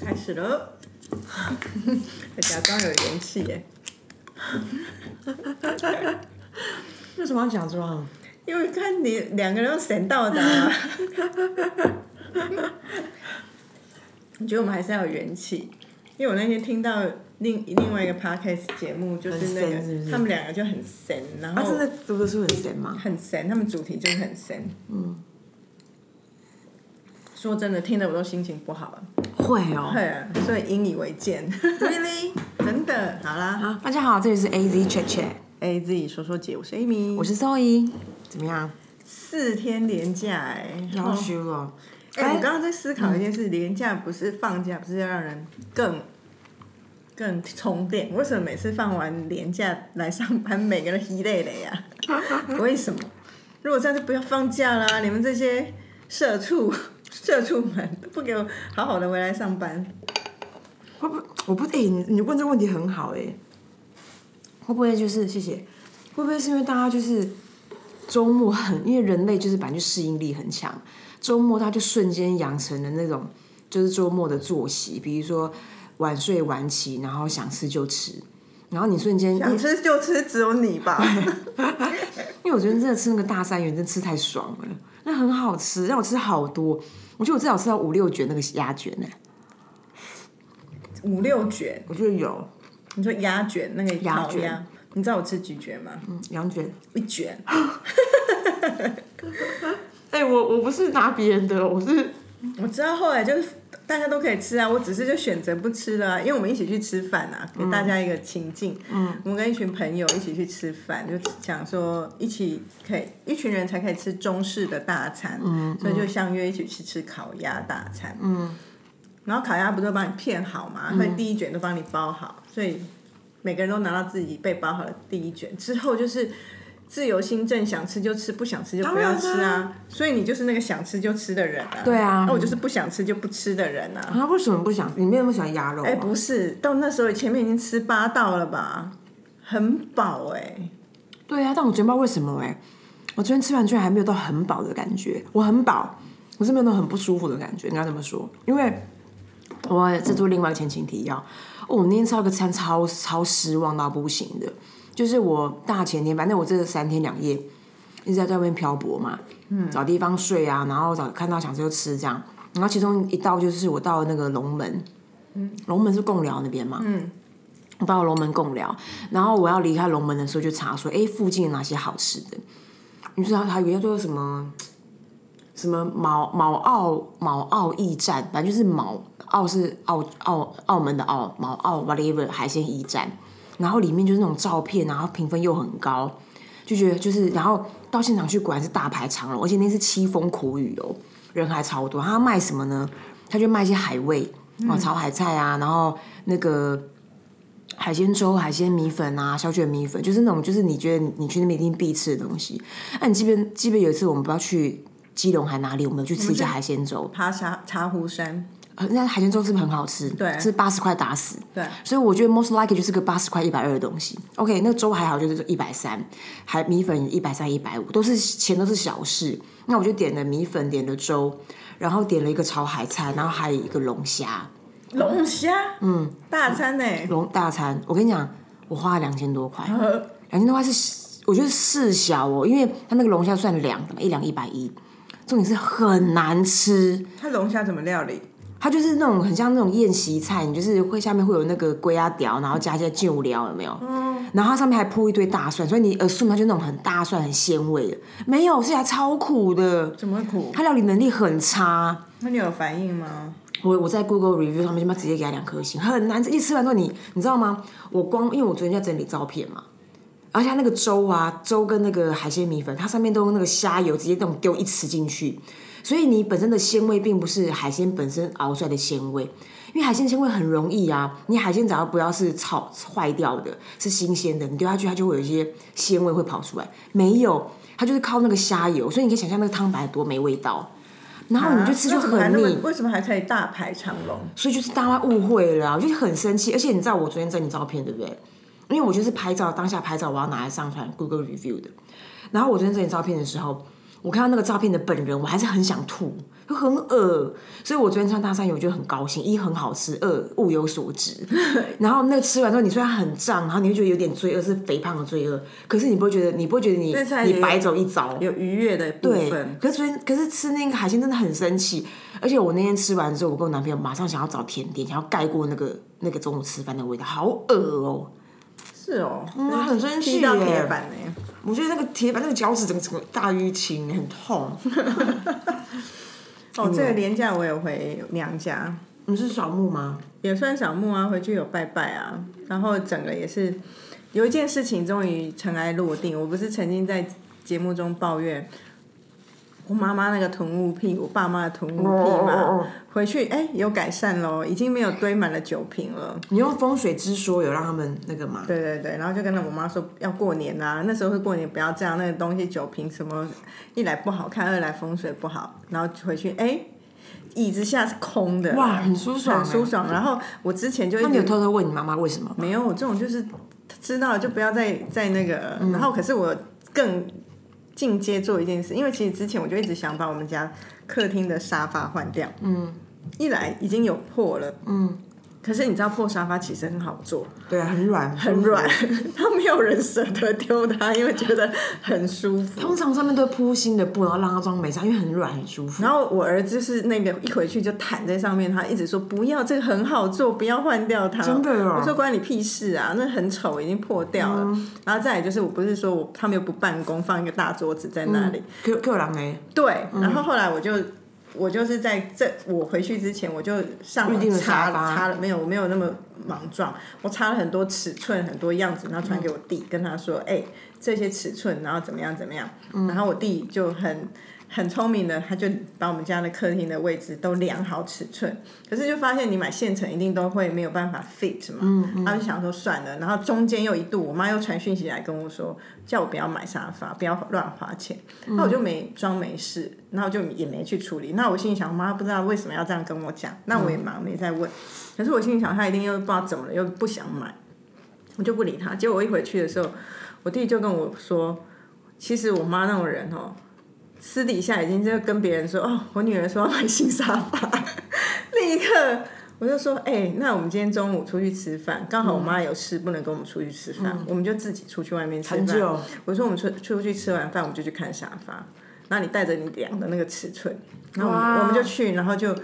开始了，假装有元气耶，为什么要假装？因为看你两个人都神到的、啊。我觉得我们还是要有元气，因为我那天听到另另外一个 podcast 节目，就是那很个神是不是他们两个就很神，然啊，后真的读的书很神吗？很神，他们主题就是很神。嗯，说真的，听得我都心情不好了。会哦。对啊，所以引以为戒。 Really？ 真的，好啦啊，大家好，这里是 A Z Chat Chat， ，A Z 说说姐，我是 Amy，我是 Zoe，怎么样？四天连假哎、要修哦。哎、嗯我刚刚在思考一件事，连假不是放假，不是要让人更更充电？为什么每次放完连假来上班，每个人疲累累 呀？为什么？如果这样就不要放假啦！你们这些社畜、 社畜们都不给我好好的回来上班，会不会？我不哎、你你问这个问题很好哎、会不会就是谢谢？会不会是因为大家就是周末很，因为人类就是本来就适应力很强，周末他就瞬间养成了那种就是周末的作息，比如说晚睡晚起，然后想吃就吃，然后你瞬间想吃就吃，只有你吧。因为我昨天真的吃那个大三元，真的吃太爽了，那很好吃，让我吃好多。我觉得我至少吃到五六卷那个鸭卷呢、五六卷，我觉得有，你说鸭卷那个鸭烤卷鸭，你知道我吃几卷吗？嗯，两卷。一卷，哎、我我不是拿别人的，我是我知道后来就是大家都可以吃啊，我只是就选择不吃了啊、因为我们一起去吃饭啊，给大家一个情境。嗯，我们跟一群朋友一起去吃饭，就想说一起可以一群人才可以吃中式的大餐，嗯，所以就相约一起去吃烤鸭大餐。嗯，然后烤鸭不都帮你片好嘛，所以第一卷都帮你包好，所以每个人都拿到自己被包好的第一卷之后就是。自由心证，想吃就吃，不想吃就不要当吃然啊！所以你就是那个想吃就吃的人啊。对啊那我就是不想吃就不吃的人啊。啊，为什么不想？你们有没有喜欢鸭肉、啊？哎、不是，到那时候前面已经吃八道了吧，很饱哎、对啊，但我昨天不知道为什么哎、我昨天吃完居然还没有到很饱的感觉，我很饱，我是没有那种很不舒服的感觉，应该这么说，因为我这做另外一个前情提要，哦，我那天吃到一个餐超超失望到不行的，就是我大前天，反正我这三天两夜一直在外面漂泊嘛，嗯，找地方睡啊，然后找看到想吃就吃这样，然后其中一道就是我到那个龙门，嗯，龙门是贡寮那边嘛，我到龙门共寮，然后我要离开龙门的时候就查说，哎，附近有哪些好吃的。于是他他有一个叫做什么什么毛毛澳毛澳驿站，反正就是毛澳是澳澳澳门的澳毛澳 whatever 海鲜驿站，然后里面就是那种照片，然后评分又很高，就觉得就是，然后到现场去果然是大排长龙，而且那是凄风苦雨哦，人还超多。他卖什么呢？他就卖一些海味啊，炒海菜啊，然后那个。海鲜粥、海鲜米粉啊、小卷米粉，就是那种就是你觉得你去那边一定必吃的东西。那、你记不记得有一次我们不知道去基隆还哪里，我们有去吃一家海鲜粥，爬茶茶壶山，呃那海鲜粥是不是很好吃？对是八十块打死。对，所以我觉得 most likely 就是个八十块、一百二的东西。OK，那个粥还好，就是一百三，还米粉一百三、一百五，都是钱都是小事。那我就点了米粉，点了粥，然后点了一个炒海菜，然后还有一个龙虾龙虾，嗯，大餐呢、龙大餐。我跟你讲，我花了两千多块。两千多块是我觉得是小哦，因为它那个龙虾算两的嘛，一两一百一，重点是很难吃，它龙虾怎么料理？它就是那种很像那种宴席菜，你就是会下面会有那个龟鸭条，然后加一些旧料，有没有？然后它上面还铺一堆大蒜，所以你呃，送它就那种很大蒜、很鲜味的，没有，是还超苦的。怎么会苦？它料理能力很差，那你有反应吗？我我在 Google review 上面就直接给他两颗星，很难吃。一吃完之后你，你知道吗？我光因为我昨天在整理照片嘛，而且它那个粥啊，粥跟那个海鲜米粉，它上面都用那个虾油直接那种丢一吃进去，所以你本身的鲜味并不是海鲜本身熬出来的鲜味，因为海鲜鲜味很容易啊，你海鲜只要不要是炒坏掉的，是新鲜的，你丢下去它就会有一些鲜味会跑出来，没有，它就是靠那个虾油，所以你可以想象那个汤白多没味道。然后你就吃就啊那怎么还很那腻、么为什么还可以大排长龙？所以就是大家误会了、啊，我就是很生气。而且你知道我昨天整理照片对不对？因为我就是拍照当下拍照，我要拿来上传 Google Review 的。然后我昨天整理照片的时候，我看到那个照片的本人，我还是很想吐，就很恶。所以我昨天穿大三有，我觉得很高兴，一很好吃，二物有所值。然后那个吃完之后，你虽然很胀，然后你会觉得有点罪恶，是肥胖的罪恶，可是你不会觉得，你不会觉得你但是还有你白走一遭。有愉悦的部分。可是昨天，可是吃那个海鲜真的很生气，而且我那天吃完之后，我跟我男朋友马上想要找甜点，想要盖过那个那个中午吃饭的味道，好恶哦、是哦，哇嗯很生气踢到耶嗯铁板呢、我觉得那个铁板那个脚趾整个整个大淤青，很痛。 哦，这个廉假我有回娘家，你是扫墓吗？也算扫墓啊，回去有拜拜啊，然后整个也是有一件事情终于尘埃落定。我不是曾经在节目中抱怨我妈妈那个囤物癖，我爸妈的囤物癖嘛，哦哦哦回去哎、有改善喽，已经没有堆满了酒瓶了。你用风水之说有让他们那个吗？对对对，然后就跟着我妈说要过年啦、那时候会过年不要这样，那个东西酒瓶什么，一来不好看，二来风水不好，然后回去哎，椅子下是空的，哇很舒爽很欸舒爽。然后我之前就一那直你有偷偷问你妈妈为什么吗？没有，我这种就是知道了就不要再再那个了。然后可是我更进阶做一件事，因为其实之前我就一直想把我们家客厅的沙发换掉。嗯，一来已经有破了。嗯。可是你知道破沙发其实很好做，对啊，很软，很软， 然后没有人舍得丢它，因为觉得很舒服。通常上面都会铺新的布，然后让它装美沙，因为很软很舒服。然后我儿子是那个一回去就躺在上面，他一直说不要，这个很好做，不要换掉它。真的哦我说关你屁事啊，那很丑，已经破掉了。嗯然后再来就是，我不是说我他们又不办公，放一个大桌子在那里。 Q Q 狼哎，对，然后后来我就。我就是在这我回去之前，我就上预定网了查沙发查了，没有我没有那么莽撞，我查了很多尺寸、很多样子，然后嗯传给我弟，跟他说，哎、这些尺寸，然后怎么样怎么样，嗯然后我弟就很很聪明的，他就把我们家的客厅的位置都量好尺寸，可是就发现你买现成一定都会没有办法 fit 嘛，嗯他就想说算了，然后中间又一度我妈又传讯息来跟我说，叫我不要买沙发，不要乱花钱，那我就没装没事，然后就也没去处理，那我心里想，妈不知道为什么要这样跟我讲，那我也忙没再问，可是我心里想，他一定又不知道怎么了，又不想买，我就不理他，结果我一回去的时候，我弟就跟我说，其实我妈那种人哦。私底下已经就跟别人说哦，我女儿说要买新沙发， 立刻我就说，哎、那我们今天中午出去吃饭，刚好我妈有事不能跟我们出去吃饭，我们就自己出去外面吃很饭。久。我说我们出出去吃完饭，我们就去看沙发。那你带着你量的那个尺寸，然后我们哇我们就去，然后就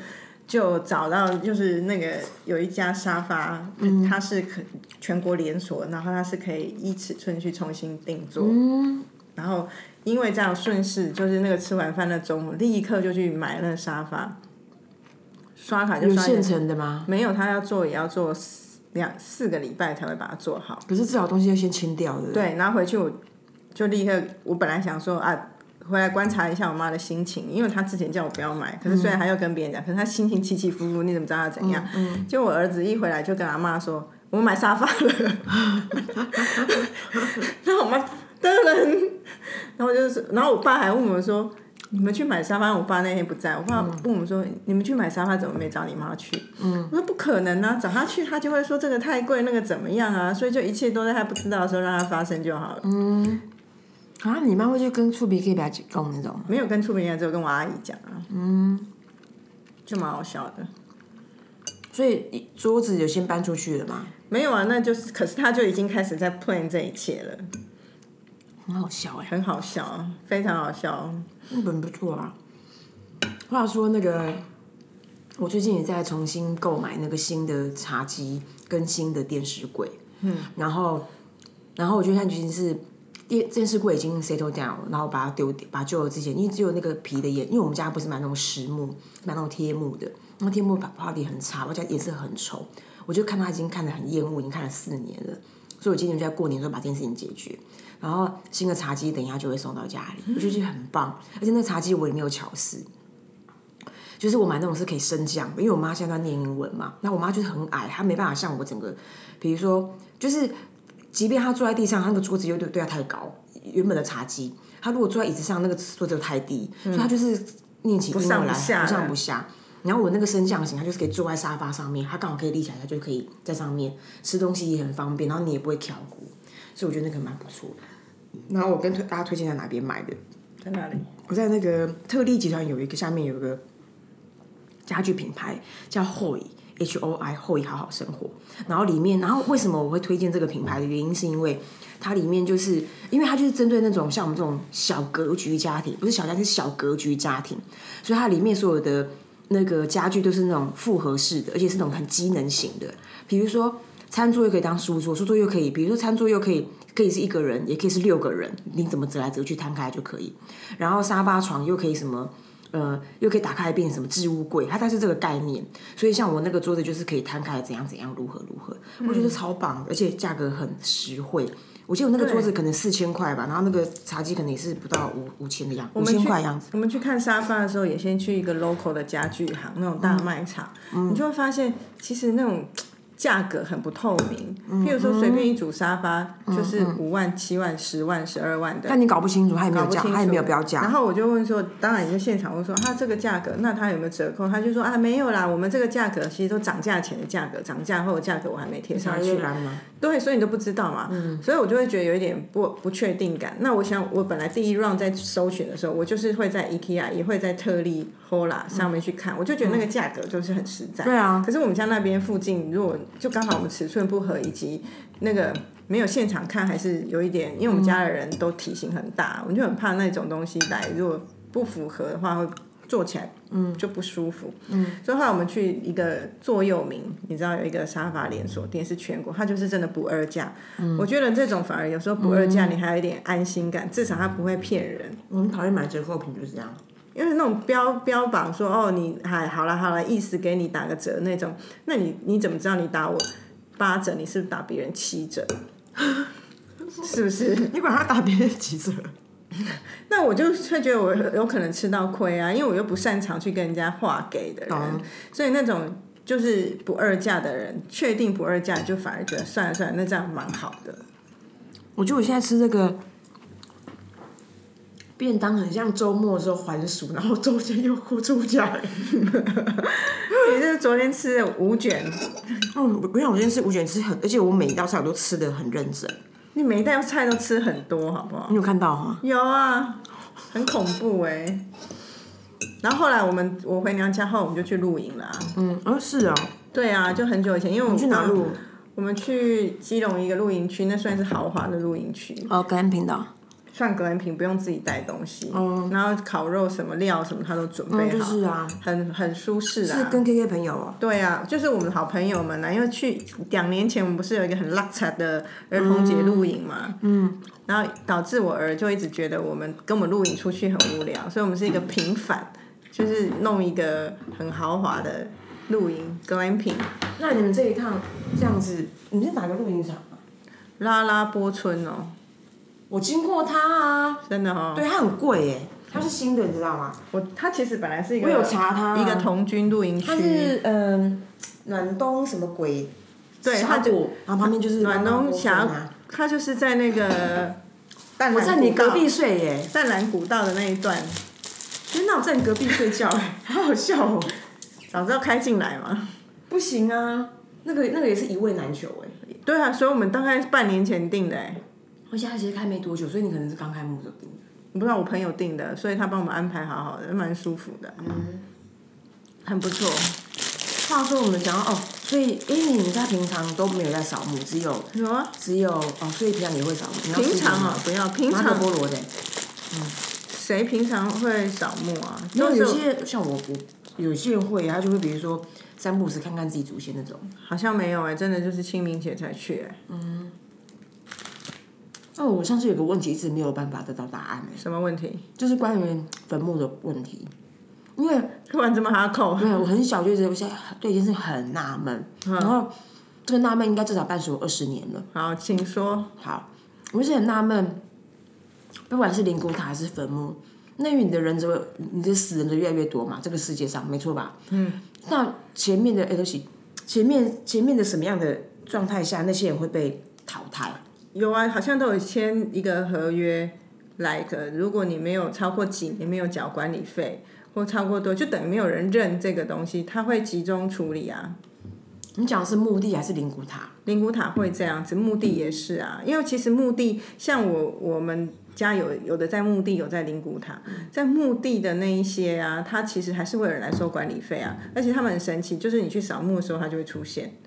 就找到就是那个有一家沙发，嗯它是可全国连锁，然后它是可以依尺寸去重新定做。嗯然后因为这样顺势，就是那个吃完饭的中午，立刻就去买那个沙发，刷卡就有刷一现成的吗？没有，他要做也要做四两四个礼拜才会把它做好。可是至少东西要先清掉的。对，然后回去我就立刻，我本来想说啊，回来观察一下我妈的心情，因为她之前叫我不要买，可是虽然还要跟别人讲，可是她心情起起伏伏，你怎么知道她怎样？就我儿子一回来就跟阿妈说，我买沙发了， 然后我妈当然，然后就是，然后我爸还问我说。你们去买沙发，我爸那天不在，我爸问我们说：“你们去买沙发怎么没找你妈去？”嗯，我说不可能啊，找他去他就会说这个太贵，那个怎么样啊，所以就一切都在他不知道的时候让他发生就好了。啊，你妈会去跟触鼻 K 表共那种吗？没有跟出名的，只有跟我阿姨讲啊。嗯，就蛮好笑的。所以一桌子有先搬出去了吗？没有啊，那就是，可是他就已经开始在 plan 这一切了，很好笑哎、很好笑啊，非常好笑啊。日本不错啊。话说那个，我最近也在重新购买那个新的茶几跟新的电视柜，嗯，然后然后我就看已经是电电视柜已经 settle down，了然后把它丢掉，把旧的之前，因为只有那个皮的颜，因为我们家不是买那种实木，买那种贴木的，那贴木把泡底很差，而且颜色很丑，我就看它已经看得很厌恶，已经看了四年了。所以我今年就在过年的时候把这件事情解决，然后新的茶几等一下就会送到家里，我就觉得很棒。而且那个茶几我也没有巧思，就是我买那种是可以升降的，因为我妈现在在念英文嘛，那我妈就是很矮，她没办法像我整个，比如说就是，即便她坐在地上，她那个桌子又对对她太高，原本的茶几，她如果坐在椅子上，那个桌子又太低，所以她就是念起英文来嗯不上不下不上了不下。然后我那个升降型，她就是可以坐在沙发上面，她刚好可以立起来，她就可以在上面吃东西也很方便，然后你也不会挑骨，所以我觉得那个蛮不错。然后我跟推大家推荐在哪边买的？在哪里？我在那个特力集团有一个下面有一个家具品牌叫 Hoi H O I Hoi 好好生活，然后里面，然后为什么我会推荐这个品牌的原因，是因为它里面就是因为它就是针对那种像我们这种小格局家庭，不是小家庭，是小格局家庭，所以它里面所有的那个家具都是那种复合式的，而且是那种很机能型的，比如说。餐桌又可以当书桌，书桌又可以，比如说餐桌又可以，可以是一个人，也可以是六个人，你怎么折来折去摊开就可以。然后沙发床又可以什么，呃，又可以打开变成什么置物柜，它它是这个概念。所以像我那个桌子就是可以摊开，怎样怎样，如何如何，我觉得超棒，而且价格很实惠。我记得我那个桌子可能四千块吧，然后那个茶几可能也是不到五五千的样，五我们千去块样子。我们去看沙发的时候，也先去一个 local 的家具行，那种大卖场，嗯你就会发现，其实那种嘖价格很不透明。嗯譬如说，随便一组沙发就是五万、七万、十万、十二万的但。你搞不清楚，它也没有搞不价，清它也没有楚标价。然后我就问说，当然你就现场问说，他、这个价格，那他有没有折扣？他就说啊，没有啦，我们这个价格其实都涨价前的价格，涨价后的价格我还没贴上还去啊有。蓝吗？对，所以你都不知道嘛，嗯所以我就会觉得有一点不不确定感。那我想，我本来第一 round 在搜寻的时候，我就是会在 IKEA 也会在特利 Hola 上面去看，我就觉得那个价格就是很实在。嗯对啊可是我们家那边附近，如果就刚好我们尺寸不合，以及那个没有现场看，还是有一点，因为我们家的人都体型很嗯大，我就很怕那种东西来，如果不符合的话会。坐起来，嗯，就不舒服，嗯，所以后来我们去一个座右铭，你知道有一个沙发连锁店是全国，它就是真的不二价，嗯，我觉得这种反而有时候不二价，你还有一点安心感，至少它不会骗人，我们讨厌买折扣品就是这样。因为那种标标榜说哦，你还好了好了，意思给你打个折那种，那你你怎么知道你打我八折，你是不是打别人七折？ 是不是？你管他打别人几折？那我就会觉得我有可能吃到亏啊，因为我又不擅长去跟人家划给的人，懂所以那种就是不二价的人，确定不二价，就反而觉得算了算了，那这样蛮好的。我觉得我现在吃这个便当很像周末的时候还俗，然后周间又哭出家。也就是昨天吃的五卷，嗯，我想我今天吃五卷吃很，而且我每一道菜我都吃的很认真。你每一道菜都吃很多，好不好？你有看到哈？有啊，很恐怖哎、然后后来我们我回娘家后，我们就去露营啦。嗯，哦是哦，对啊，就很久以前，因为我们啊去哪录？我们去基隆一个露营区，那算是豪华的露营区，哦，感恩频道。算隔音屏，不用自己带东西。然后烤肉什么料什么，他都准备好，嗯就是啊很很舒适是啊。跟 KK 朋友哦。对啊，就是我们好朋友们啦，啊因为去两年前我们不是有一个很拉遢的儿童节露营嘛，嗯，然后导致我儿就一直觉得我们跟我们露营出去很无聊，所以我们是一个平凡，就是弄一个很豪华的露营 glamping，那你们这一趟这样子，你们是哪个露营场啊？拉拉波村哦，我经过它啊，真的哦，对，它很贵耶，它是新的，你知道吗？我它其实本来是一个我有查它啊一个童军露营它区，是嗯、暖冬什么鬼？对峡它就谷，然后旁边就是暖冬拉峡拉波村啊，它就是在那个淡我蓝在你古道隔壁睡耶！淡蓝古道的那一段，天哪，我在你隔壁睡觉哎，好好笑哦！欸早知道开进来嘛。不行啊，那个那个也是一位难求哎。对啊，所以我们大概半年前订的、欸，而且它其实开没多久，所以你可能是刚开幕的时候订的。不知道我朋友订的，所以他帮我们安排好好的，蛮舒服的，很不错。话说我们讲到哦，所以因为你们家平常都没有在扫墓，只有有啊，只有哦，所以平常也会扫墓。你要吃平常什么啊，不要平马可常波罗的欸，谁平常会扫墓啊？因为都有是些像我我有些人会，啊他就会比如说三不五时看看自己祖先那种。好像没有哎、真的就是清明节才去哎、哦，我上次有个问题一直没有办法得到答案欸什么问题？就是关于坟墓的问题，因为突然这么哈扣，对我很小就觉得我现在对一件事很纳闷，然后这个纳闷应该至少伴随我二十年了。好，请说。好，我就是很纳闷，不管是灵骨塔还是坟墓，那因为你的人只会，你的死人就越来越多嘛，这个世界上没错吧？嗯，那前面的哎，对不起，前面前面的什么样的状态下，那些人会被淘汰？有啊，好像都有签一个合约来的，如果你没有超过几年没有缴管理费，或超过多，就等于没有人认这个东西，他会集中处理啊。你讲的是墓地还是灵骨塔？灵骨塔会这样子，墓地也是啊，因为其实墓地像我我们家有有的在墓地，有在灵骨塔，在墓地的那一些啊，它其实还是会有人来收管理费啊，而且他们很神奇，就是你去扫墓的时候，它就会出现。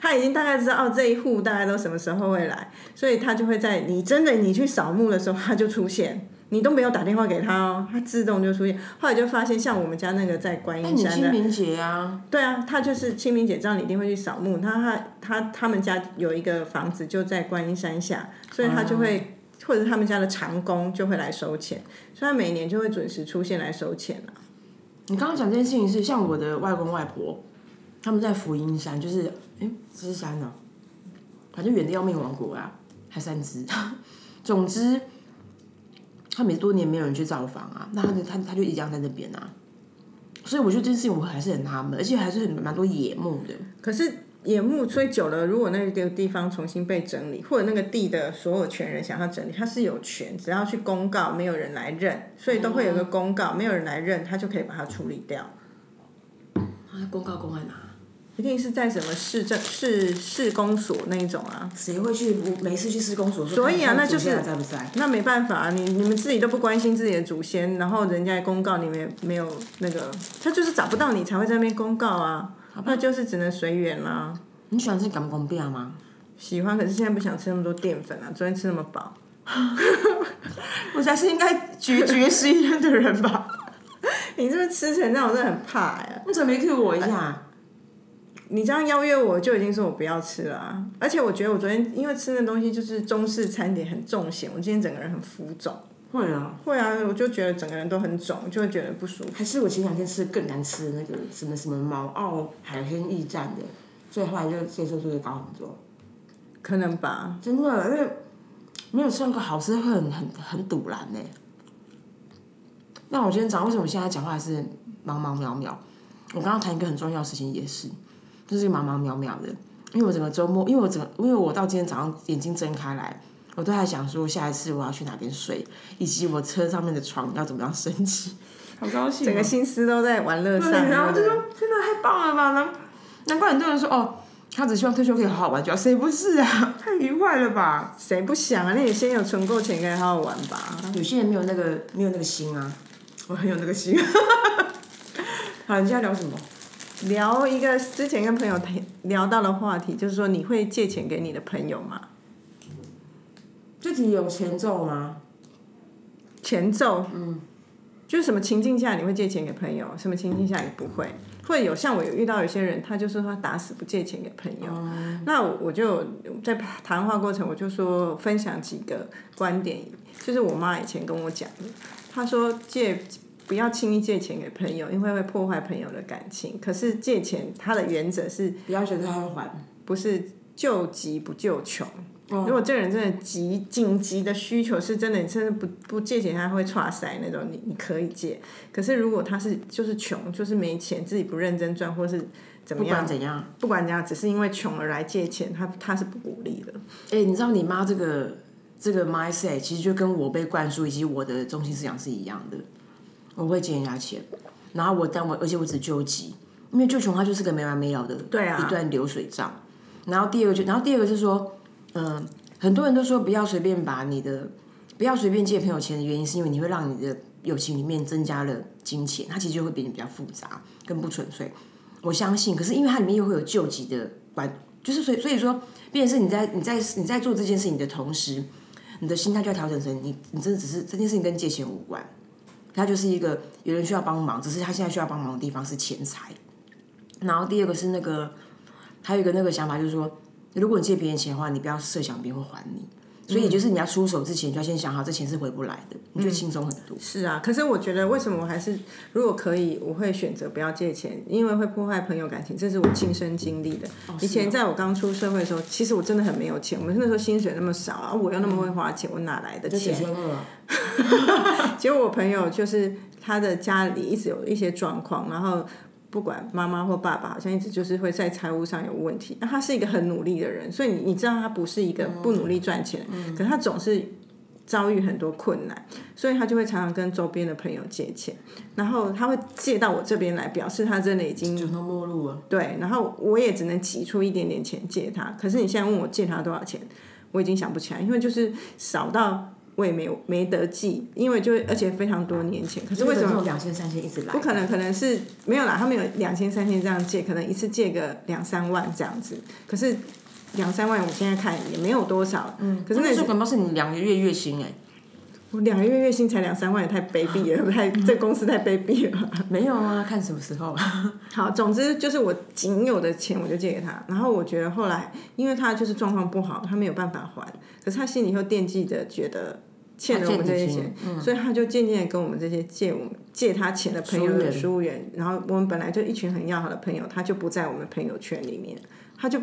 他已经大概知道哦，这一户大概都什么时候会来，所以他就会在你真的你去扫墓的时候，他就出现，你都没有打电话给他哦，他自动就出现。后来就发现，像我们家那个在观那音哎你山的清明节啊，对啊，他就是清明节，这样你一定会去扫墓。他他他他们家有一个房子就在观音山下，所以他就会、或者他们家的长工就会来收钱，所以他每年就会准时出现来收钱啊。你刚刚讲这件事情是像我的外公外婆，他们在福音山，就是哎，这是山呢、反正远的要命，王国啊，还三只。 总之，他们也多年没有人去造访啊，那他的他他就一直这样在那边啊。所以我觉得这件事情我还是很纳闷，而且还是很蛮多野木的。可是野木所以久了，如果那个地方重新被整理，或者那个地的所有权人想要整理，他是有权，只要去公告，没有人来认，所以都会有个公告，没有人来认，他就可以把它处理掉。啊，公告公安啊，一定是在什么市政市市公所那一种啊？谁会去不没事去施工所？所以啊看那就是看主家在不在？那没办法、啊，你你们自己都不关心自己的祖先，然后人家公告你们也没有那个，他就是找不到你才会在那边公告啊，那就是只能随缘啦。你喜欢吃干公饼吗？喜欢，可是现在不想吃那么多淀粉啊，昨天吃那么饱，我才是应该绝绝食一天的人吧？ 你这么吃成这样，我真的很怕哎、你怎么没 Q 我一下？你这样邀约我就已经说我不要吃了、啊，而且我觉得我昨天因为吃那东西就是中式餐点很重咸，我今天整个人很浮肿。会啊，会啊，我就觉得整个人都很肿，就会觉得不舒服。还是我前两天吃的更难吃的那个什么什么毛澳海鲜驿站的，所以后来就接受度就高很多。可能吧，真的，因为没有吃到一个好吃的会很很很堵然呢。那我今天早上为什么我现在讲话还是忙忙渺渺？我刚刚谈一个很重要的事情也是，就是忙忙渺渺的，因为我整个周末，因为我整个，因为我到今天早上眼睛睁开来，我都还想说下一次我要去哪边睡，以及我车上面的床要怎么样升级。好高兴整个心思都在玩乐上。啊对，然后就对说不对天哪，太棒了吧！难难怪很多人说哦，他只希望退休可以好好玩就好，谁不是啊？ 太愉快了吧！谁不想啊？那你先有存够钱，该好好玩吧。有些人没有那个没有那个心啊，我很有那个心。 好，你现在聊什么？聊一个之前跟朋友谈聊到的话题，就是说你会借钱给你的朋友吗？这题有前奏吗？前奏，嗯，就是什么情境下你会借钱给朋友，什么情境下你不会，或者有像我有遇到有些人，他就说他打死不借钱给朋友，那我我就在谈话过程我就说分享几个观点，就是我妈以前跟我讲的，她说借。不要轻易借钱给朋友，因为会破坏朋友的感情。可是借钱，它的原则是不要觉得他会还。不是救急不救穷。如果这个人真的急紧急的需求是真的，你真的不不借钱他会岔塞那种，你你可以借。可是如果他是就是穷，就是没钱，自己不认真赚，或是怎不么样，管怎样，不管怎样，只是因为穷而来借钱，他他是不鼓励的。哎、你知道你妈这个这个 mindset 其实就跟我被灌输以及我的中心思想是一样的。我会借人家钱，然后我但我而且我只救急，因为救穷他就是个没完没了的对啊一段流水账。然后第二个就，然后第二个就是说，嗯、很多人都说不要随便把你的不要随便借朋友钱的原因，是因为你会让你的友情里面增加了金钱，它其实就会变得比较复杂，更不纯粹。我相信，可是因为它里面又会有救急的关，就是所以所以说，变成是你在你在你在做这件事情的同时，你的心态就要调整成你你真的只是这件事情跟借钱无关，它就是一个有人需要帮忙，只是他现在需要帮忙的地方是钱财。然后第二个是那个，还有一个那个想法就是说，如果你借别人钱的话，你不要设想别人会还你。所以也就是你要出手之前，你就要先想好这钱是回不来的，你就轻松很多。是啊，可是我觉得为什么我还是如果可以，我会选择不要借钱，因为会破坏朋友感情，这是我亲身经历的。哦以前在我刚出社会的时候，其实我真的很没有钱，我那时候薪水那么少啊，我又那么会花钱，我哪来的就钱？说饿了，结果我朋友就是他的家里一直有一些状况，然后不管妈妈或爸爸，好像一直就是会在财务上有问题。那他是一个很努力的人，所以你你知道他不是一个不努力赚钱，可他总是遭遇很多困难，所以他就会常常跟周边的朋友借钱，然后他会借到我这边来，表示他真的已经穷途末路了。对，然后我也只能挤出一点点钱借他。可是你现在问我借他多少钱，我已经想不起来，因为就是少到我也没没得记，因为就而且非常多年前。可是为什这么种两千三千一直来不？可能？可能是没有啦，他们有两千三千这样借，可能一次借个两三万这样子。可是两三万我们现在看也没有多少，嗯，可是那那时时候候感冒是你两个月月薪哎、我两个月月薪才两三万，也太卑鄙 了，太这公司太卑鄙了。没有啊，看什么时候。好，总之就是我仅有的钱我就借给他，然后我觉得后来因为他就是状况不好，他没有办法还，可是他心里又惦记着觉得欠了我们这些他欠钱你，所以他就渐渐地跟我们这些借我们借他钱的朋友疏远疏远，然后我们本来就一群很要好的朋友，他就不在我们朋友圈里面，他就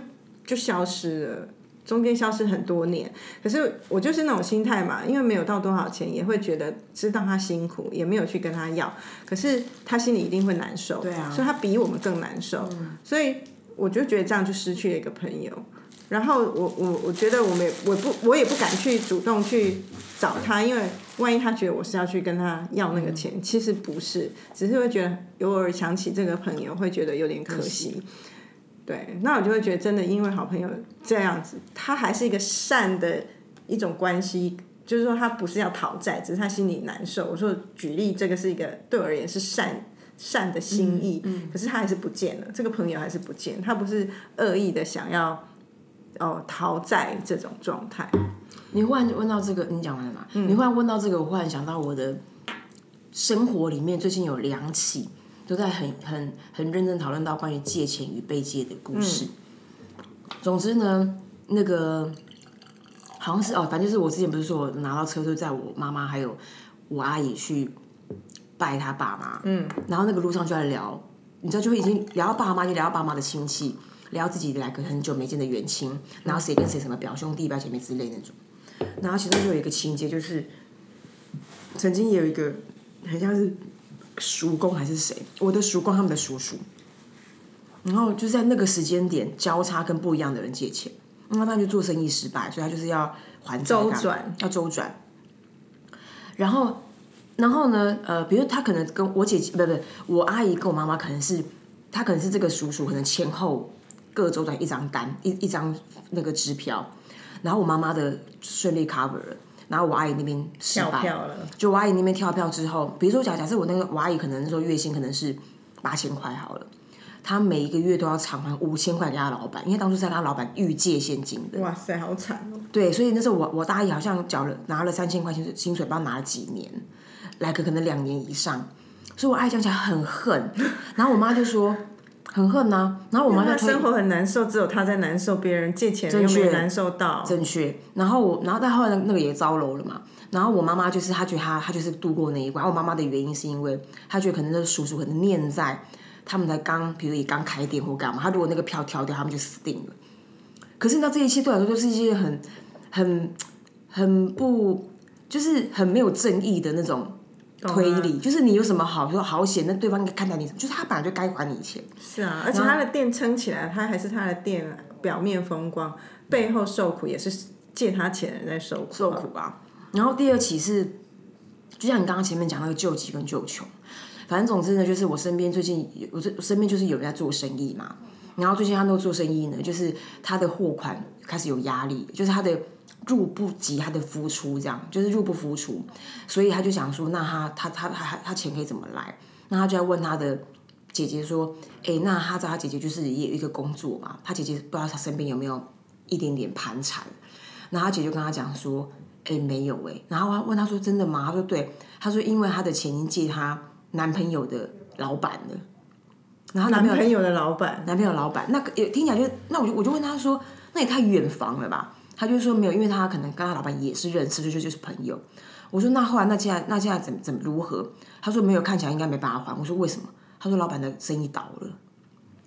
就消失了。中间消失很多年，可是我就是那种心态嘛，因为没有到多少钱，也会觉得知道他辛苦，也没有去跟他要，可是他心里一定会难受，对啊所以他比我们更难受，所以我就觉得这样就失去了一个朋友。然后我我我觉得我们也我不我也不敢去主动去找他，因为万一他觉得我是要去跟他要那个钱，其实不是，只是会觉得偶尔想起这个朋友，会觉得有点可惜。对，那我就会觉得真的，因为好朋友这样子，他还是一个善的一种关系，就是说他不是要讨债，只是他心里难受。我说举例，这个是一个对我而言是善善的心意，嗯可是他还是不见了，这个朋友还是不见，他不是恶意的想要哦讨债这种状态。你忽然问到这个，你讲完了吗？你忽然问到这个，我忽然想到我的生活里面最近有两起都在很很很认真讨论到关于借钱与被借的故事。总之呢，那个好像是哦，反正就是我之前不是说我拿到车就载我妈妈还有我阿姨去拜他爸妈，嗯，然后那个路上就在聊，你知道就会已经聊到爸妈，就聊到爸妈的亲戚，聊到自己来个很久没见的远亲，然后谁跟谁什么表兄弟表姐妹之类那种。然后其中就有一个情节，就是曾经也有一个很像是叔公还是谁，我的叔公他们的叔叔，然后就在那个时间点交叉跟不一样的人借钱，那他就做生意失败，所以他就是要还债干嘛周转，要周转。然后，然后呢，呃，比如他可能跟我姐姐，不不，我阿姨跟我妈妈可能是，他可能是这个叔叔可能前后各周转一张单，一一张那个支票，然后我妈妈的顺利 cover 了，然后我阿姨那边失败，跳票了就我阿姨那边跳票之后，比如说假假设我那个我阿姨可能说月薪可能是八千块好了，她每一个月都要偿还五千块给她老板，因为当初是她跟她老板预借现金的，哇塞，好惨哦！对，所以那时候我我大姨好像缴了拿了三千块薪水，薪水不知道拿了几年，来个可能两年以上，所以我阿姨讲起来很恨，然后我妈就说很恨呐、然后我妈就他推生活很难受，只有他在难受，别人借钱又没确难受到。正确。然后我，然后但后来那个也遭楼了嘛。然后我妈妈就是，她觉得她她就是度过那一关。我妈妈的原因是因为她觉得可能那个叔叔可能念在他们才刚，比如也刚开店或干嘛，她如果那个票挑掉，他们就死定了。可是你知道这一切对我来说都是一些很很很不，就是很没有正义的那种。哦推理就是你有什么好说好险，那对方应该看待你什么，就是他本来就该还你钱。是啊，而且他的店撑起来，他还是他的店呃表面风光，背后受苦也是借他钱的人在受苦。受苦啊。然后第二起是，就像你刚刚前面讲那个救急跟救穷，反正总之呢，就是我身边最近有我这我身边就是有人在做生意嘛，然后最近他那个做生意呢，就是他的货款开始有压力，就是他的入不及他的付出，这样就是入不敷出，所以他就想说，那他他他他他钱可以怎么来？那他就在问他的姐姐说，诶，那他找他姐姐就是也有一个工作嘛，他姐姐不知道他身边有没有一点点盘缠，然后他姐就跟他讲说，诶，没有诶，欸然后他问他说真的吗？他说对，他说因为他的钱已经借他男朋友的老板了，然后男男朋友朋友的老板，男朋友老板，那个也听起来就那我就我就问他说，那也太远房了吧？他就说没有，因为他可能跟他老板也是认识，所以就就是朋友。我说那后来那现在那现在怎么怎么如何？他说没有，看起来应该没办法还。我说为什么？他说老板的生意倒了，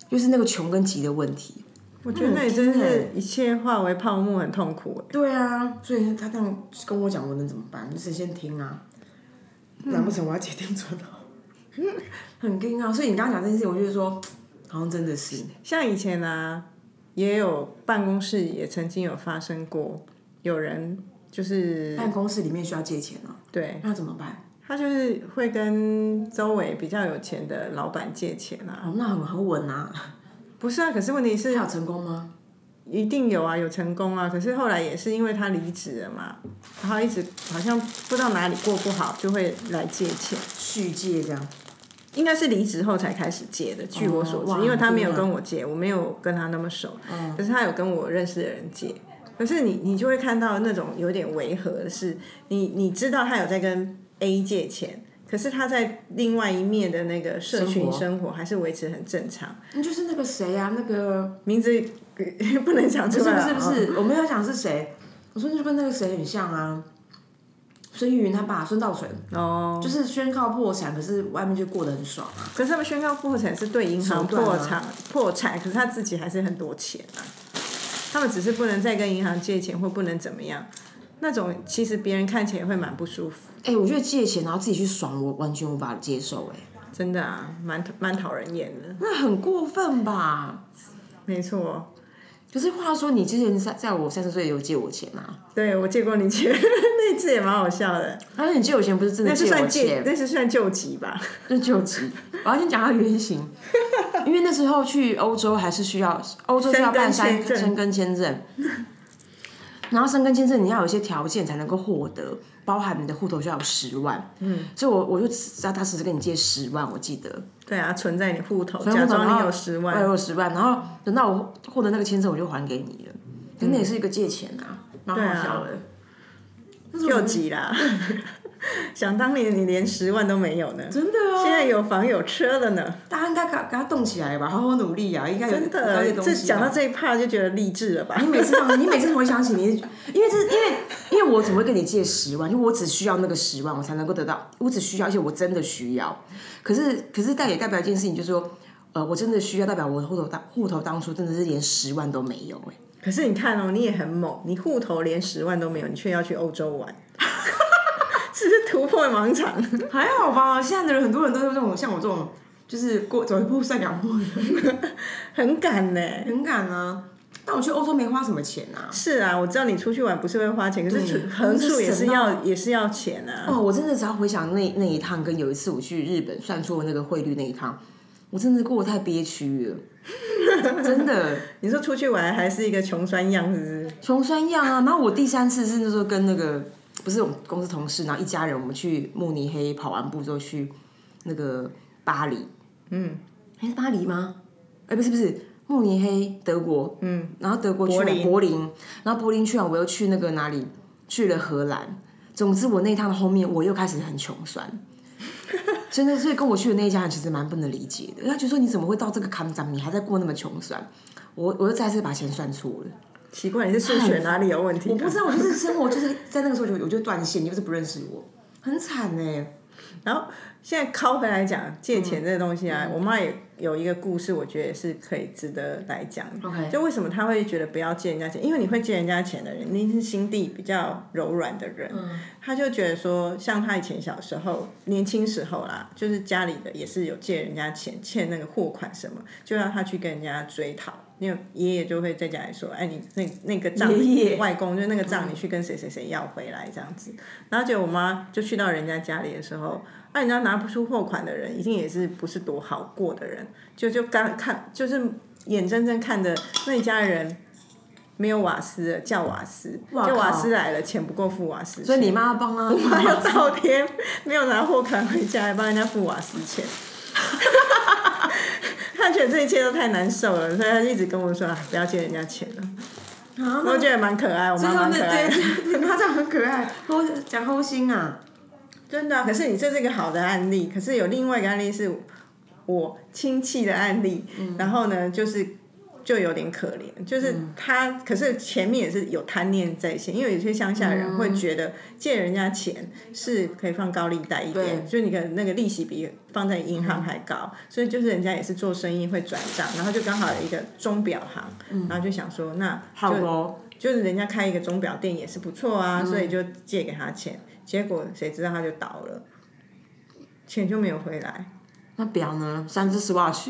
就是那个穷跟急的问题。我觉得那里真哎是一切化为泡沫，很痛苦。对啊，所以他这样跟我讲，我能怎么办？就是先听啊，难不成我要解定存啊？ 很硬啊！所以你刚刚讲这件事情，我就是说，好像真的是像以前啊，也有办公室也曾经有发生过，有人就是办公室里面需要借钱啊，对那怎么办？他就是会跟周围比较有钱的老板借钱啊。哦，那很很稳啊。不是啊，可是问题他是有成功吗？一定有啊，有成功啊。可是后来也是因为他离职了嘛，然后一直好像不知道哪里过不好，就会来借钱。续借这样，应该是离职后才开始借的，据我所知，哦哇嗯因为他没有很多跟我借，我没有跟他那么熟，可是他有跟我认识的人借。可是你你就会看到那种有点违和的是，你你知道他有在跟 A 借钱，可是他在另外一面的那个社群生活生活还是维持很正常，那就是那个谁呀、啊，那个名字 不能讲不出是来不啊，是不是，我没有想是谁，我说那就跟那个谁很像啊，孙玉云他爸孙道存，哦，就是宣告破产，可是外面就过得很爽啊。可是他们宣告破产是对银行手段啊破产、破产，可是他自己还是很多钱啊。他们只是不能再跟银行借钱，或不能怎么样，那种其实别人看起来会蛮不舒服，哎、我觉得借钱然后自己去爽，我完全无法接受、哎，真的啊，蛮蛮讨人厌的。那很过分吧？没错，可是话说，你之前在在我三十岁有借我钱啊，对我借过你钱， 那一次也蛮好笑的，但是你借我钱不是真的那是借我算借，钱，那是算救急吧？那救急。我要先讲他原型，因为那时候去欧洲还是需要，欧洲需要办申根三签证申根签证，然后申根签证你要有一些条件才能够获得，包含你的户头需要有十万。嗯，所以我我就他他只是跟你借十万，我记得。对啊，存在你户头，然后假装你有十我万，有十万，然后等到我获得那个签证，我就还给你了。可那也是一个借钱啊，蛮好笑的。但是我救急 啦。想当年你连十万都没有呢，真的啊，现在有房有车了呢。大家应该给他给他动起来吧，好好努力啊，应该有真有的，些东西这啊讲到这一 part 就觉得励志了吧？ 你每次放，你每次回想起你，因为这因为因为我怎么会跟你借十万？就我只需要那个十万，我才能够得到，我只需要，而且我真的需要。可是可是，但也代表一件事情，就是说，呃，我真的需要，代表我的户头当户头当初真的是连十万都没有哎、 可是你看哦，你也很猛，你户头连十万都没有，你却要去欧洲玩， 是不是突破盲场？还好吧，现在的人很多人都是这种像我这种，就是过走一步算两步的人，很敢呢。很敢啊。但我去欧洲没花什么钱啊。是啊，我知道你出去玩不是会花钱，可对是横竖也是真要也是要钱啊。哦，我真的只要回想那那一趟，跟有一次我去日本算错那个汇率那一趟，我真的过得太憋屈了，真的你说出去玩还是一个穷酸样，是不是？穷酸样啊。然后我第三次是那时候跟那个不是我们公司同事，然后一家人我们去慕尼黑跑完步之后去那个巴黎，嗯，还是巴黎吗？哎、不是不是。慕尼黑，德国，嗯，然后德国去柏了林柏林，然后柏林去完，我又去那个哪里，去了荷兰。总之，我那一趟的后面我又开始很穷 酸，真的，所以跟我去的那一家人其实蛮不能理解的，他觉得说你怎么会到这个坎站，你还在过那么穷酸？我我又再次把钱算错了。奇怪，你是数学哪里有问题、啊？我不知道，我就是生活就是在那个时候就我就断线，你就是不认识我，很惨哎、然后现在拷回来讲借钱这个东西啊，我妈也有一个故事，我觉得也是可以值得来讲的。 OK 就为什么她会觉得不要借人家钱？因为你会借人家钱的人，你是心地比较柔软的人。她就觉得说，像她以前小时候、年轻时候啦，就是家里的也是有借人家钱，欠那个货款什么，就让她去跟人家追讨。因为爷爷就会在家里说：“哎，你那那个账，爷爷嗯外公就是那个账，你去跟谁谁谁要回来这样子。”然后结果我妈就去到人家家里的时候，啊，人家拿不出货款的人，一定也是不是多好过的人，就就刚看就是眼睁睁看着那一家人没有瓦斯了，叫瓦斯，哇叫瓦靠斯来了，钱不够付瓦斯钱，所以你妈 帮啊，妈要倒贴，没有拿货款回家，还帮人家付瓦斯钱。 他觉得这一切都太难受了，所以他一直跟我说：“啊，不要借人家钱了。”啊我觉得蛮可爱，我最妈后蛮那可爱的。对，你妈这样很可爱，齁讲齁心啊，真的啊、可是你这是一个好的案例，可是有另外一个案例是我亲戚的案例，然后呢，就是就有点可怜，就是他，可是前面也是有贪念在先，因为有些乡下人会觉得借人家钱是可以放高利贷一点，就你的那个利息比放在银行还高，所以就是人家也是做生意会转账，然后就刚好有一个钟表行，然后就想说那好就哦，就是人家开一个钟表店也是不错啊，所以就借给他钱，结果谁知道他就倒了，钱就没有回来 那表呢？三只 Swatch，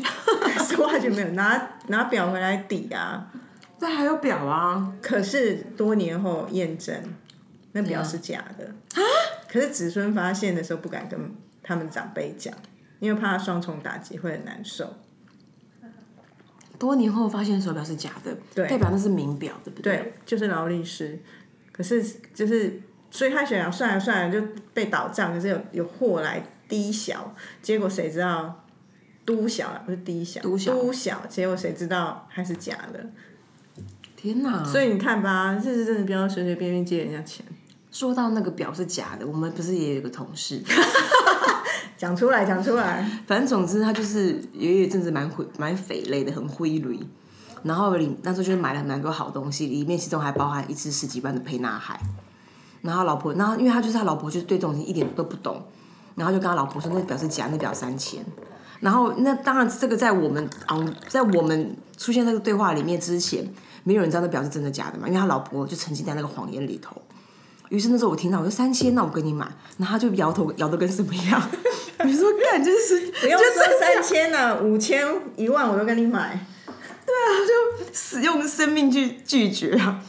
，Swatch 没有拿拿表回来抵啊。但还有表啊，可是多年后验证，那表是假的 可是子孙发现的时候不敢跟他们长辈讲，因为怕他双重打击会很难受。多年后发现手表是假的，对代表那是名表，对不对？对，就是劳力士。可是就是，所以他想要算了算了，就被倒账，可是有有货来低小，结果谁知道都小了，不是低小，都小结果谁知道它是假的？天哪！所以你看吧，这是真的不要随随便便借人家钱，说到那个表是假的，我们不是也有一个同事，讲出来，讲出来。反正总之他就是有一阵子蛮灰蛮匪类的，很灰驴。然后里那时候就是买了蛮多好东西，里面其中还包含一支十几万的沛纳海。然后老婆，然后因为他就是他老婆，就是对这种东西一点都不懂，然后就跟他老婆说那表是假，那表三千。然后那当然这个在我们啊在我们出现这个对话里面之前，没有人知道那表是真的假的嘛，因为他老婆就沉浸在那个谎言里头。于是那时候我听到，我说三千，那我跟你买。然后他就摇头摇的跟什么一样， 我就说干就是不用就说这三样千了，五千、一万我都跟你买。使用生命去拒绝啊。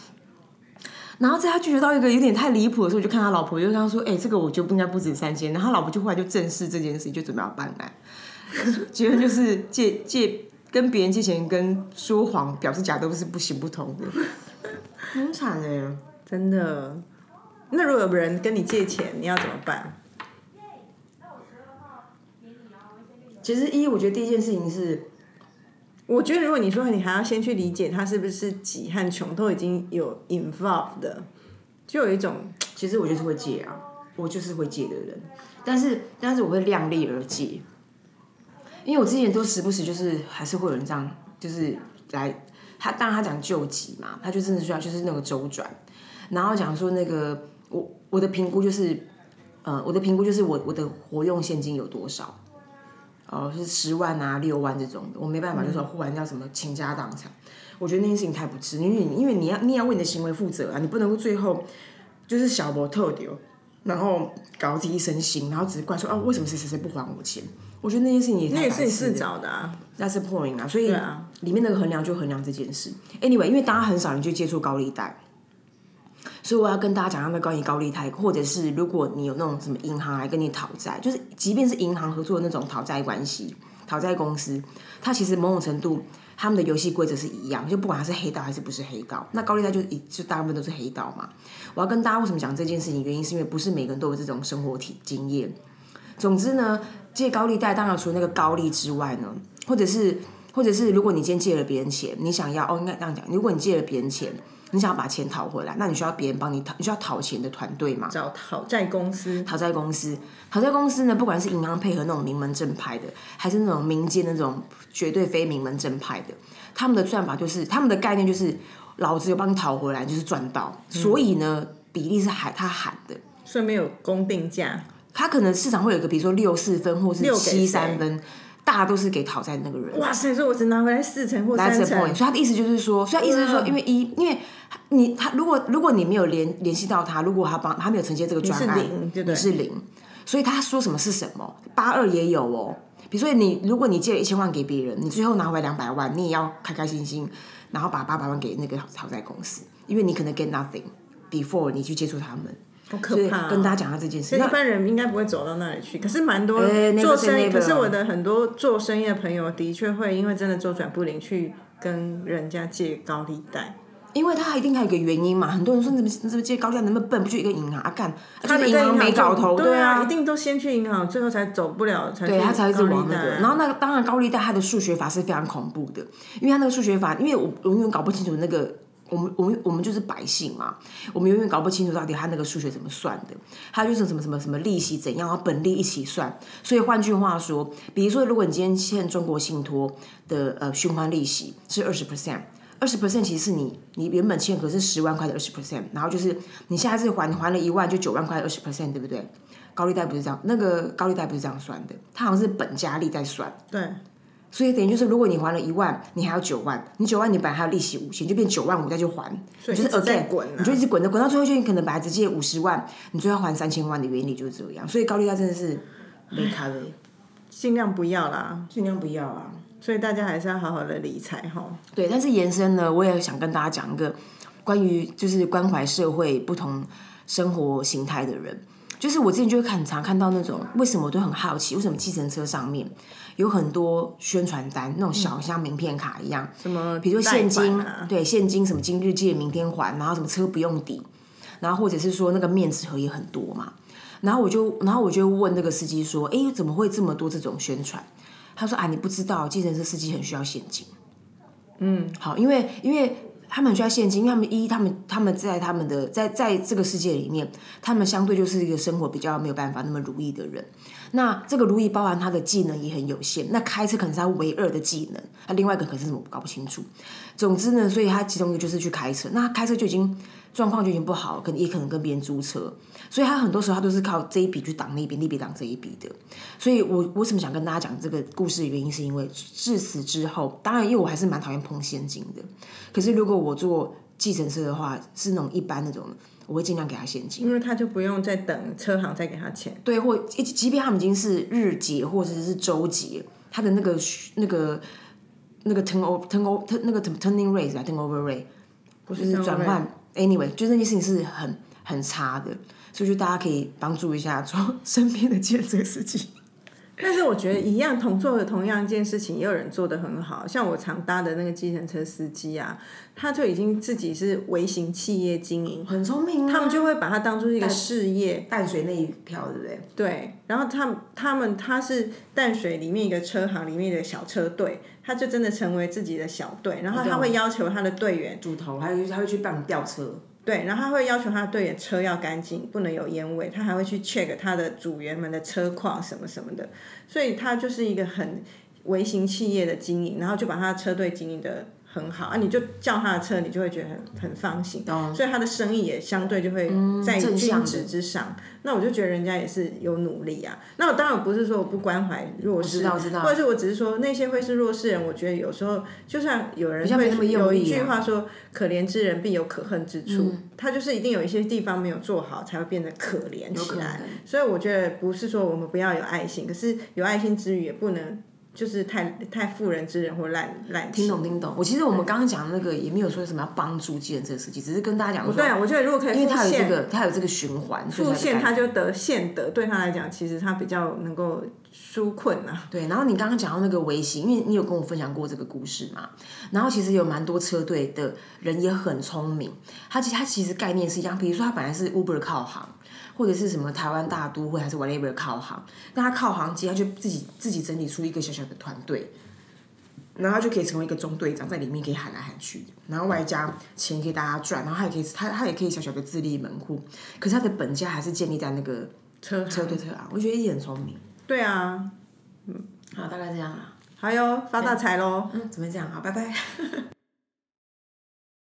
然后在他拒绝到一个有点太离谱的时候，我就看他老婆，就跟他说：“哎、这个我就不应该不止三千。”然后他老婆就后来就正视这件事情，就准备要办案。 结论就是借借跟别人借钱跟说谎表示假都是不行不通的， 很惨哎、真的。那如果有人跟你借钱，你要怎么办？其实一，我觉得第一件事情是我觉得，如果你说你还要先去理解他是不是挤和穷都已经有 involved 的，就有一种其实我就是会借啊，我就是会借的人，但是但是我会量力而借，因为我之前都时不时就是还是会有人这样，就是来他当然他讲救急嘛，他就真的需要就是那个周转，然后讲说那个我我的评估就是，呃我的评估就是我我的活用现金有多少。哦，是十万啊、六万这种的，我没办法，就是说忽然要什么倾家荡产，我觉得那件事情太不值，因为你因为你要你也要为你的行为负责啊，你不能够最后就是小博特丢，然后搞自己一身腥，然后只是怪说啊，为什么谁谁谁不还我钱？我觉得那件事情也那太也是白你痴自了。找的啊。那是 point 啊，所以对啊里面那个衡量就衡量这件事。Anyway，因为大家很少人去接触高利贷，所以我要跟大家讲，他们关于高利贷，或者是如果你有那种什么银行来跟你讨债，就是即便是银行合作的那种讨债关系、讨债公司，它其实某种程度他们的游戏规则是一样，就不管他是黑道还是不是黑道，那高利贷就一就大部分都是黑道嘛。我要跟大家为什么讲这件事情，原因是因为不是每个人都有这种生活体经验。总之呢，借高利贷当然除了那个高利之外呢，或者是或者是如果你今天借了别人钱，你想要哦，应该这样讲，如果你借了别人钱，你想要把钱讨回来，那你需要别人帮你讨，你需要讨钱的团队嘛？找讨债公司，讨债公司，讨债公司呢，不管是银行配合那种名门正派的，还是那种民间那种绝对非名门正派的，他们的算法就是他们的概念就是，老子有帮你讨回来，就是赚到。嗯所以呢，比例是喊他喊的，顺便有公定价，他可能市场会有一个，比如说六四分或是六给七谁三分，大家都是给讨债的那个人。哇塞！所以我只拿回来四成或三 That's the 成 point。所以他的意思就是说，所以他意思就是说，嗯因为一，因为你他如果如果你没有联联系到他，如果他帮他没有承接这个专案，你是零对不对你是零，所以他说什么是什么。八二也有哦，比如说你如果你借了一千万给别人，你最后拿回来两百万，你也要开开心心，然后把八百万给那个讨债公司，因为你可能 get nothing before 你去接触他们。好可所以怕哦、跟大家讲一下这件事。一那般人应该不会走到那里去，可是蛮多哎，never 做 say 生意， never 可是我的很多做生意的朋友的确会因为真的周转不灵去跟人家借高利贷，因为他一定还有一个原因嘛，很多人说你怎么你怎么借高利贷那么笨，不就一个银行啊干，啊他就们是银跟行没就搞头，对啊一，定都先去银行，最后才走不了，才对去他才一直高利往那个贷。啊然后那个当然高利贷它的数学法是非常恐怖的，因为它那个数学法，因为我永远搞不清楚那个。我们我们我们就是百姓嘛，我们永远搞不清楚到底他那个数学怎么算的，他就是什么什么什么利息怎样，然后本利一起算。所以换句话说，比如说，如果你今天欠中国信托的呃循环利息是二十 percent，二十 percent 其实是你你原本欠可是十万块的二十 percent，然后就是你下次还还了一万就九万块二十 percent，对不对？高利贷不是这样，那个高利贷不是这样算的，它好像是本加利在算，对，所以等于就是如果你还了一万，你还有九万，你九万你本来还有利息五千，就变九万五再去还，所以就是一直在 again，滚啊你就一直滚的滚到最后，就你可能本来只借五十万，你最后还三千万的原理就是这样，所以高利贷真的是没卡的，尽量不要啦。尽量不要啊。所以大家还是要好好的理财哈。对，但是延伸呢，我也想跟大家讲一个关于就是关怀社会不同生活形态的人，就是我之前就会很常看到那种，为什么我都很好奇，为什么计程车上面有很多宣传单，那种小像名片卡一样，嗯什么比如说贷现款金，啊，对，现金什么今日借明天还，然后什么车不用抵，然后或者是说那个面子盒也很多嘛。然后我就，然后我就问那个司机说：“哎，怎么会这么多这种宣传？”他说：“啊，你不知道，计程车司机很需要现金。”嗯，好，因为因为他们很需要现金，因为他们一他们他们在他们的在在这个世界里面，他们相对就是一个生活比较没有办法那么如意的人。那这个如意包含他的技能也很有限，那开车可能是他唯二的技能，那另外一个可能是什么我搞不清楚。总之呢，所以他其中一个就是去开车，那他开车就已经状况就已经不好了，可能也可能跟别人租车，所以他很多时候他都是靠这一笔去挡那边，那笔挡这一笔的。所以我为什么想跟大家讲这个故事的原因，是因为至此之后，当然因为我还是蛮讨厌碰现金的，可是如果我坐计程车的话，是那种一般那种的，我会尽量给他现金。因为他就不用再等车行再给他钱。对，或即即便他们已经是日结或者是周结，他的那个那个那个 turn over turn over turn 那个 turning rate 啊 turn over rate 不就是转换。anyway，就这件事情是很很差的，所以就大家可以帮助一下说 身边的建设司机。但是我觉得一样同做的同样一件事情，也有人做的很好。像我常搭的那个计程车司机啊，他就已经自己是微型企业经营， 很聪明啊他们就会把它当做一个事业。淡水那一票，对不对？对，然后他们他们他是淡水里面一个车行里面的小车队，他就真的成为自己的小队，然后他会要求他的队员。主头，还有就是他会去帮你吊车，对，然后他会要求他的队员车要干净，不能有烟味，他还会去 check 他的组员们的车况什么什么的，所以他就是一个很微型企业的经营，然后就把他的车队经营的很好啊，你就叫他的车，你就会觉得很很放心，所以他的生意也相对就会在嗯正均向的值之上。那我就觉得人家也是有努力啊。那我当然不是说我不关怀弱我势知，道，我知道或。者是我只是说那些会是弱势人，我觉得有时候就像有人比较没会那么有用力一句啊话说“可怜之人必有可恨之处”，嗯他就是一定有一些地方没有做好，才会变得可怜有可起能来。所以我觉得不是说我们不要有爱心，可是有爱心之余也不能就是太太妇人之仁或滥滥听情。懂听懂，我其实我们刚刚讲的那个也没有说什么要帮助计程车司机，只是跟大家讲不说，对啊，我觉得如果可因以为复它有这现，个它有这个循环，所以复才现改他就得现得，对他来讲其实他比较能够纾困啊。对，然后你刚刚讲到那个微型，因为你有跟我分享过这个故事嘛，然后其实有蛮多车队的人也很聪明，他其他其实概念是一样，比如说他本来是 Uber 靠行，或者是什么台湾大都会还是 whatever 靠行，那他靠行机，他就自己自己整理出一个小小的团队。然后他就可以成为一个中队长，在里面可以喊来喊去的，然后外加钱给大家赚，然后他也可以他他也可以小小的自立门户，可是他的本家还是建立在那个车车队车行，我觉得也很聪明。对啊，好，大概这样啊。还有发大财喽！嗯，怎么讲？好，拜拜。